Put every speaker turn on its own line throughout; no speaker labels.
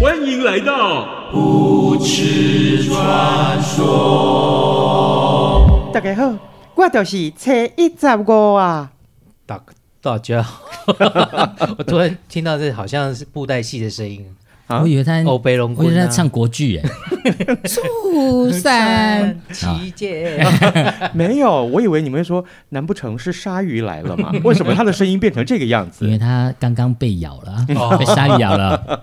欢迎来到
大家好，我就是初一十五啊。
大大家好， 我突然听到这好像是布袋戏的声音，
我以为他，
欧贝龙
我以
棍
为
啊
他唱国剧 哎，
不
嗯
散。
啊
七姐，
没有，我以为你们会说，难不成是鲨鱼来了吗？为什么它的声音变成这个样
因
子
为？他刚刚被咬了
哦，
被鲨鱼咬了。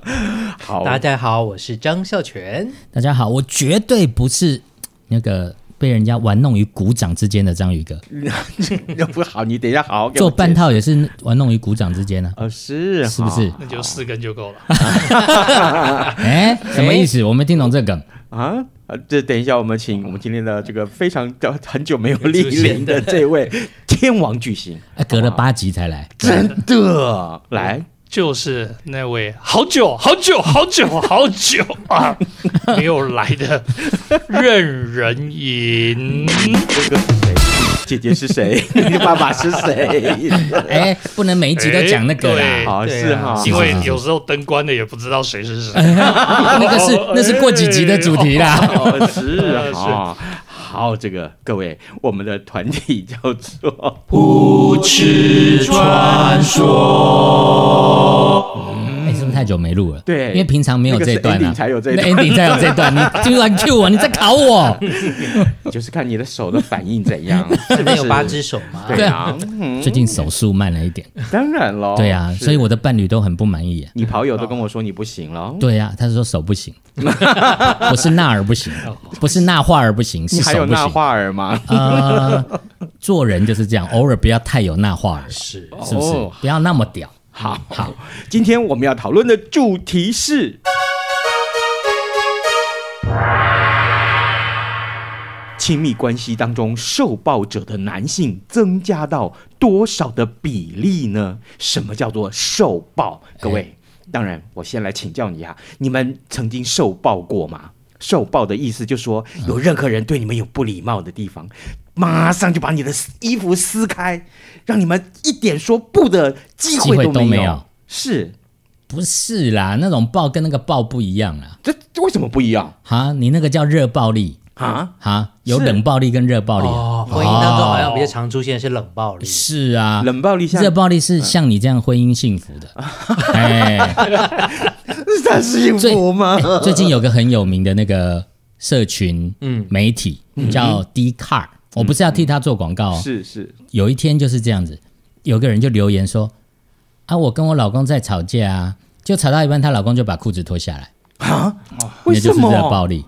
好，
大家好，我是张孝全，
大家好，我绝对不是那个被人家玩弄于股掌之间的章鱼哥，
要不好，你等一下好好给我
做半
解释。
套也是玩弄于股掌之间呢，啊
呃，是
是不是？
那就四根就够了。
哎，什么意思？我没听懂这梗。
啊？呃，这等一下，我们请我们今天的这个非常的很久没有莅临的这位天王巨星，
啊隔了八集才来，
真的啊来，
就是那位好久好久好久好 久啊没有来的任 人影，
这个是谁？姐姐是谁？你爸爸是谁？
哎，不能每一集都讲那个
哎
啦。
好，
对
是
啊
哈，
因为有时候灯关了也不知道谁是 谁。
那个是
哎
那是过几集的主题 啦。
哦，是啊，
是
哦好，这个各位，我们的团体叫做
哎，是不是太久没录了？
对
因为平常没有这一段
那个
啊，
是 ending 才有这一
那
段
ending 才有这一 段。你突然 Q 我，你在考我？
就是看你的手的反应怎 样，是
反
不
正有
是？
八只手嘛，
对啊，嗯
最近手速慢了一点，
当然喽，
对啊，
哦是
所以我的伴侣都很不满意啊。
你跑友都跟我说你不行了，
对啊，他说手不 行，不是纳尔不行，不是纳化尔不行，是
哦你还有
手不
那
行。
画儿吗？
呃，做人就是这样，偶尔不要太有纳化尔，是啊是不
哦
是？不要那么屌。
好好，今天我们要讨论的主题是亲密关系当中受暴者的男性增加到多少的比例呢？什么叫做受暴？各
哎
位，当然我先来请教你啊，你们曾经受暴过吗？受暴的意思就是说，
嗯
有任何人对你们有不礼貌的地方，马上就把你的衣服撕开，让你们一点说不的机
机会
会
都
没
没有
是，
不是啦，那种暴跟那个暴不一样啦。
这这为什么不一样
哈，你那个叫热暴力
啊？
哈，有
是
冷暴力跟热暴力啊。
哦，婚姻当中好像比较常出现的是冷暴力，
是啊，
冷暴力像啊
热暴力是像你这样婚姻幸福的。 哎，
算 是幸福吗？
最 近有个很有名的那个社群
嗯
媒体叫 D Car，我不是要替他做广告哦。
嗯是是，
有一天就是这样子，有个人就留言说：“啊，我跟我老公在吵架啊，就吵到一半，她老公就把裤子脱下来，那
为
就
什
是
么？哦
热暴力。”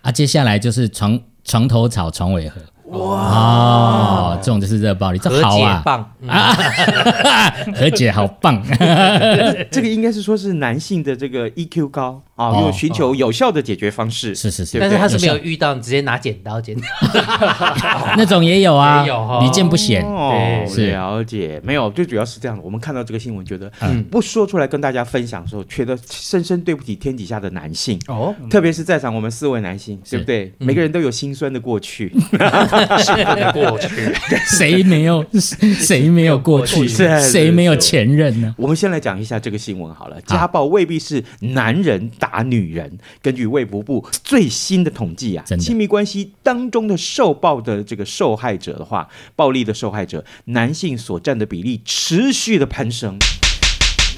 啊，接下来就是床床头吵，床尾和。哇，哦，这种就是热暴力，
和
这好
解嗯
啊，
棒，
和解好棒。
这个应该是说是男性的这个 EQ 高啊，又、寻求有效的解决方式。
哦是是是
对
但
不
是
对
他是没有
有效
遇到，直接拿剪刀剪，
那种也有啊，
也有哦
屡见不鲜。
哦，
是
了解，没有，最主要是这样的。我们看到这个新闻，觉得
嗯
不说出来跟大家分享的时候，觉得深深对不起天底下的男性，
哦，
特别是在场我们四位男性，对不
嗯
对？每个人都有心酸的过去，
过去，
谁没有谁没有过去，
是是
谁没有前任呢？
我们先来讲一下这个新闻好了。家暴未必是男人打女人。根据卫福部最新的统计啊，
真的
亲密关系当中的受暴的这个受害者的话，暴力的受害者，男性所占的比例持续的攀升。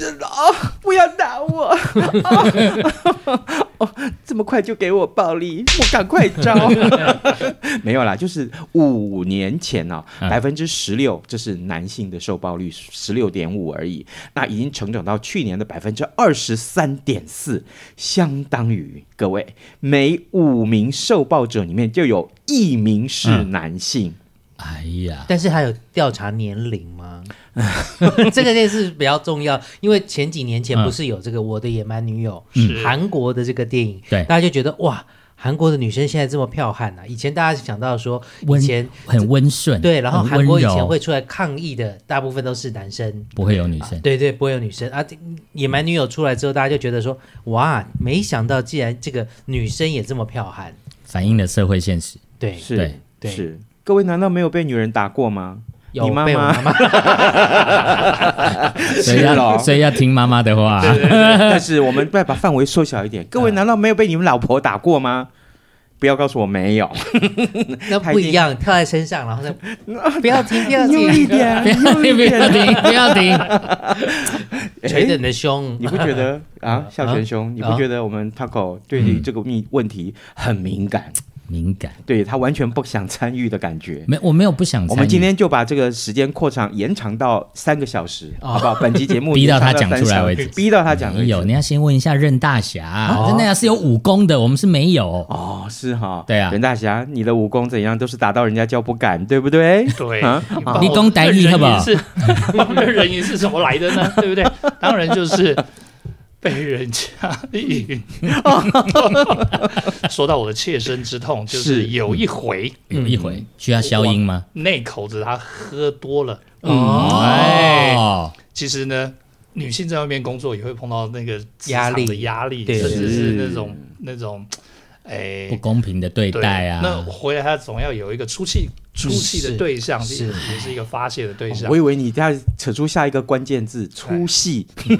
哦，不要打我！哦，哦这么快就给我暴力，我赶快招。 没有啦，就是五年前呢、
嗯
百分之十六，这是男性的受暴率十六点五而已，那已经成长到去年的百分之二十三点四，相当于各位每五名受暴者里面就有一名是男性。
哎呀，
但是还有调查年龄吗？这个件事比较重要，因为前几年前
嗯
不是有这个《我的野蛮女友》
是
韩国的这个电影，
对
大家就觉得哇，韩国的女生现在这么彪悍啊！以前大家想到说，以
温
前
很温顺，
对，然后
很
韩
温
国以
柔
前会出来抗议的，大部分都是男生。啊
不会有女生，
对对，不会有女生啊！这野蛮女友出来之后，大家就觉得说，哇，没想到既然这个女生也这么彪悍，
反映了社会现实。
对，
是
哎对
对
是，各位难道没有被女人打 过吗？
有
你妈
被我
妈
妈妈
所以
咯
要所以要听妈妈的话。
但是我们再把范围缩小一点，各
嗯
位难道没有被你们老婆打过吗？不要告诉我没有，
那不一样，跳在身上，然后再不要停，不要
用力
停，
点，用
不
力
要
点。
停，不要停！
捶着
哎
你的胸
你。不觉 得啊，孝全兄，你不
啊
觉得我们 Taco 对
嗯
于这个密问题很敏感？
敏感，
对他完全不想参与的感觉。
没我没有不想参与。
我们今天就把这个时间扩长延长到三个小时，好不好？本期节目
哦 逼到
延长
他讲
三
出来
小时
为止
逼到他讲为
没有，
止。
你要先问一下任大侠，任大侠是有武功的，我们是没有。
哦，是 哈，
对啊
任大侠，你的武功怎样，都是打到人家叫不敢，对 不对？
对
啊，
你讲台语好不好
是，我们的人赢是怎么来的呢？对不对？当然就是被人家 赢。说到我的切身之痛，就是
是
有一回
有一回需要消音吗？
那口子他喝多了，哎
哦，
其实呢，女性在外面工作也会碰到那个职
压
场
力
的压力，
对
甚至是
是
那种那种，哎
不，公平的对
对
待
那
啊！
回来他总要有一个出气出气的
是
对象，
是
也是一个发泄的对象
啊
哦我。以为你要扯出下一个关键字“出戏”，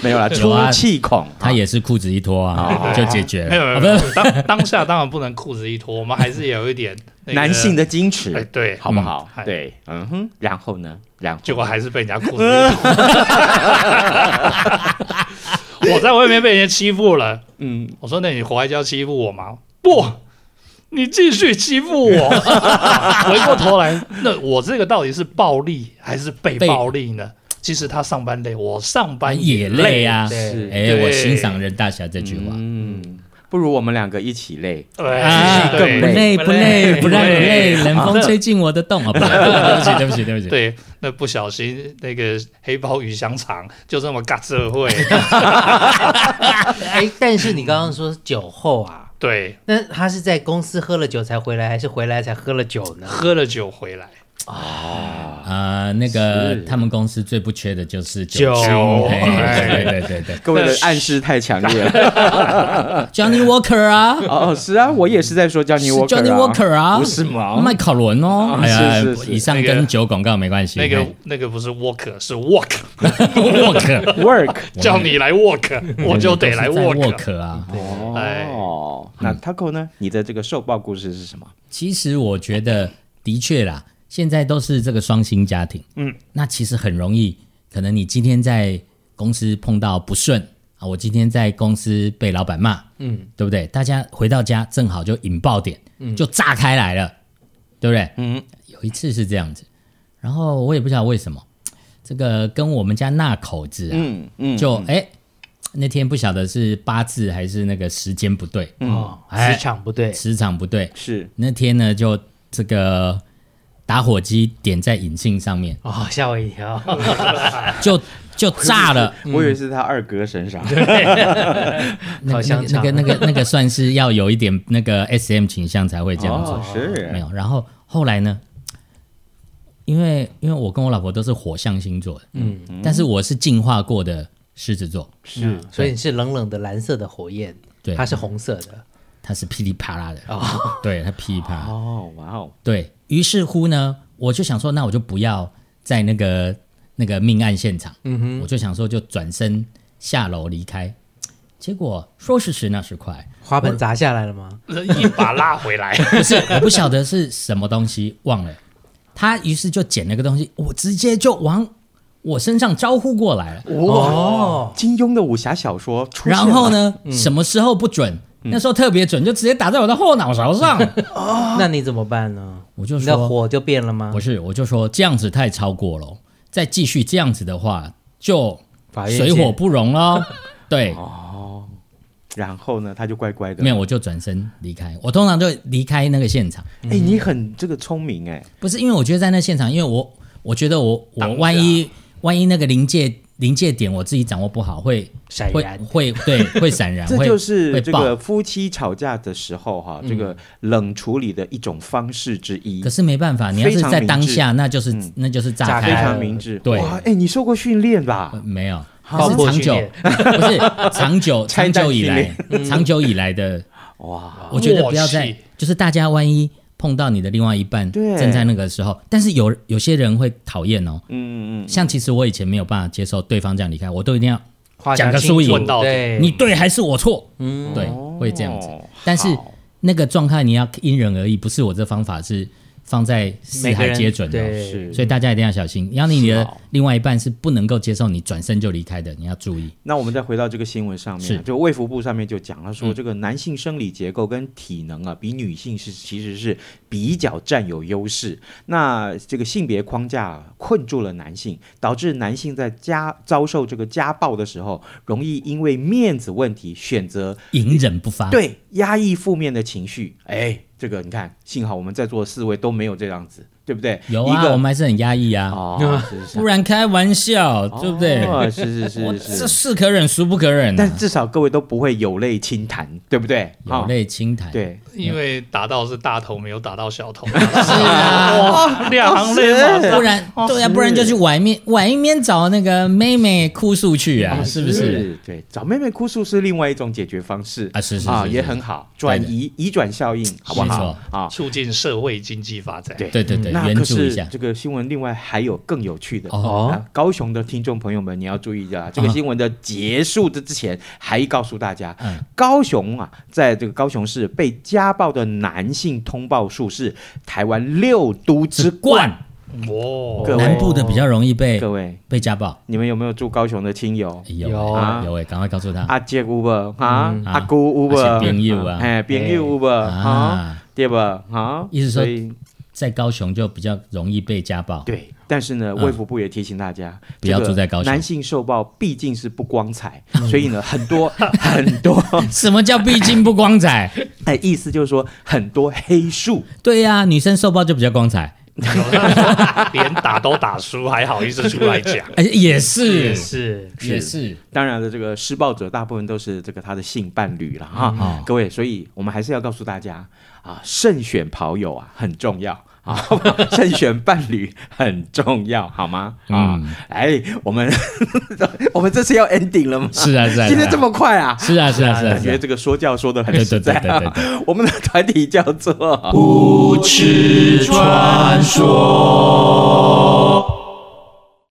没有啦，
有
出
啊
气孔。
他也是裤子一脱啊，就解决
没有没
了。
有
啊
没
不
有
是，，
当当下当然不能裤子一脱，我们还是有一点那个
男性的矜
哎
持，
对，
好不好
嗯？
对，嗯哼。然后呢？然后
结果还是被人家裤子一脱。 我在外面被人家欺负了，
嗯，
我说那你回来就要欺负我吗？不，你继续欺负我。 回过头来，那我这个到底是暴力还是被
被
暴力呢？其实他上班累，我上班
也累
累。
啊！
对
哎，
对
我欣赏任大侠这句话。
嗯，不如我们两个一起累。
对
啊，
对
不累不累，不让你累，冷风吹进我的洞啊！不对，对不起，对不起，对不起，
对，那不小心那个黑鲍鱼香肠就这么嘎社会，
哎，但是你刚刚说酒后啊，
对，
那他是在公司喝了酒才回来，还是回来才喝了酒呢？
喝了酒回来，
啊，那个他们公司最不缺的就是
酒
精
哎
哎对对对对
各位的暗示太强烈了。
，Johnny Walker 啊
哦，哦是啊，我也是在说 Johnny
是
Walker 啊
Johnny Walker 啊，
不是吗？
麦考伦
啊
哦，哎呀
是是，是
以上
那个
跟酒广告没关系，哎
那个那个不是 walk 是 walk，
嘿 Walker，
work
叫你来 walk，我就得来
我们都是在
walk。
Walker 啊。
哎
哦，那 Taco 呢？你的这个受报故事是什么？
其实我觉得的确啦，现在都是这个双薪家庭，嗯，那其实很容易，可能你今天在公司碰到不顺啊，我今天在公司被老板骂，嗯，对不对？大家回到家正好就引爆点，
嗯
就炸开来了，对不对？嗯，有一次是这样子，然后我也不知道为什么，这个跟我们家那口子啊，
嗯嗯，
就哎、那天不晓得是八字还是那个时间不对，
嗯
哦，
哎
磁场不对，
磁场不对，
是
那天呢，就这个打火机点在引信上面，
哦，吓我一 跳。
就就炸 了。
嗯我以为是他二哥身 上。
那
烤
个
香
那
肠
个那个那个那个算是要有一点那个 S M 倾向才会这样做
哦，，是
没有。然后后来呢，因为因为我跟我老婆都是火象星座的，嗯，但是我是进化过的狮子座，
是，
所以你是冷冷的蓝色的火焰，
对
它是红色的。
它是噼里啪啦的，对，它噼里啪啦。
哦，哇哦，
对于是乎呢，我就想说，那我就不要在那个那个命案现场，嗯哼，我就想说就转身下楼离开。结果说时迟那时快，
花盆哦砸下来了吗？
一把拉回来，
不是 我不晓得是什么东西忘了，他于是就捡了个东西，我直接就往我身上招呼过来了。
哦，
金庸的武侠小说出现
然后
了？
呢，什么时候不准？那时候特别准，就直接打在我的后脑勺上。
那你怎么办呢？
我就
你的
说
火啊就变了吗？
不是，我就说这样子太超过了，再继续这样子的话，就
法院
水
见
火不容 了。对，
哦然后呢，他就乖乖的。
没有，我就转身离开。我通常就离开那个现场，
哎、你很这个聪明哎、
不是因为我觉得在那现场，因为我我觉得我
挡
我
着啊
万一万一那个临界临界点我自己掌握不好，会
闪
会
燃
会对会闪 燃，
这
会
就是
会
这
爆嗯
个夫妻吵架的时候哈、这个冷处理的一种方式之一
可。是没办法，你要是在当下，那就是、那就是炸
炸
嗯非
开
开
了。
常明智，
对
哇，哎、你受过训练吧？
没有，
爆
可是
破
长
训
久
练
不是长久
拆
长
弹嗯
久以来长久以来的，
哇，
我觉得不要
默
再
契
就是大家万一碰到你的另外一半
对
正在那个时候，但是有有些人会讨厌哦，
嗯嗯
像其实我以前没有办法接受对方这样离开，我都一定要
话
讲个
清
输
楚
赢
到底
对，
你对还是我错，
嗯
对
哦，
会这样子
好。
但是那个状态你要因人而异，不是我这方法是放在四
每个
海
人
皆准的哦。
嗯，
对
是。
所以大家一定要小心，要你你
是
的
哦
另外一半是不能够接受你转身就离开的，你要注意。
那我们再回到这个新闻上面啊
是，嗯
就卫福部上面就讲了说，这个男性生理结构跟体能啊，比女性是其实是比较占有优势。那这个性别框架困住了男性，导致男性在家遭受这个家暴的时候，容易因为面子问题选择
隐忍不发，，
对压抑负面的情绪。哎，这个你看，幸好我们在座的四位都没有这样子，对不对？
有
一
啊，
个
我们还是很压抑啊，
哦，是是是
不然开玩笑，对不对？
哦是是是
这
是。
是可忍孰不可忍
但
啊！
至少各位都不会有泪轻弹，对不对？
有泪轻弹，，
对，
因为打到是大头，没有打到小头，
是啊，
哇， 两行泪马
不
上。
然对啊，
是
不然就去外面外面找那个妹妹哭诉去啊，
啊
是不是？？
对，找妹妹哭诉是另外一种解决方式
啊是是
啊，
是
也
是
很好，转
对的
移移转效应，好不
没
好
错？
啊，
促进社会经济发展。
对
对对对，
那
援
可
助一
是
下，
这个新闻，另外还有更有趣的
哦
啊高雄的听众朋友们，你要注意一下，这个
啊
新闻的结束的之前，还告诉大家，
嗯
高雄啊，在这个高雄市被家暴的男性通报数是台湾六都之
是
冠。
冠
哇，
各位
南部的比较容易被
各位，
被家暴，
你们有没有住高雄的亲友？
有
有
啊
啊
有哎，赶快告诉他
阿杰有无？啊
嗯，
阿姑有无？
啊是朋友啊
嘿，朋友有无？啊，
啊，
对不？啊，
意思说
所以
在高雄就比较容易被家暴，
对，但是呢，
嗯
卫福部也提醒大家，
不要
这个
住在高雄嗯
男性受暴毕竟是不光彩，所以呢，很多 很多，
什么叫毕竟不光彩？
哎，意思就是说很多黑数，
对呀、女生受暴就比较光彩，
连打都打输，还好意思出来讲？
哎、也是
也是
也是
当然了，这个施暴者大部分都是这个他的性伴侣了哈、
哦
各位，所以我们还是要告诉大家啊，慎选跑友啊很重要啊， 慎选伴侣很重要，好吗？啊，
嗯
哎，我们 我们这次要 ending 了吗？
是啊是啊，
今天这么快啊？
是啊是啊是啊
感
是
觉
啊，
这个说教说的很
对
实
对
在
对
啊、
对对对，
我们的团体叫做
不吃穿说。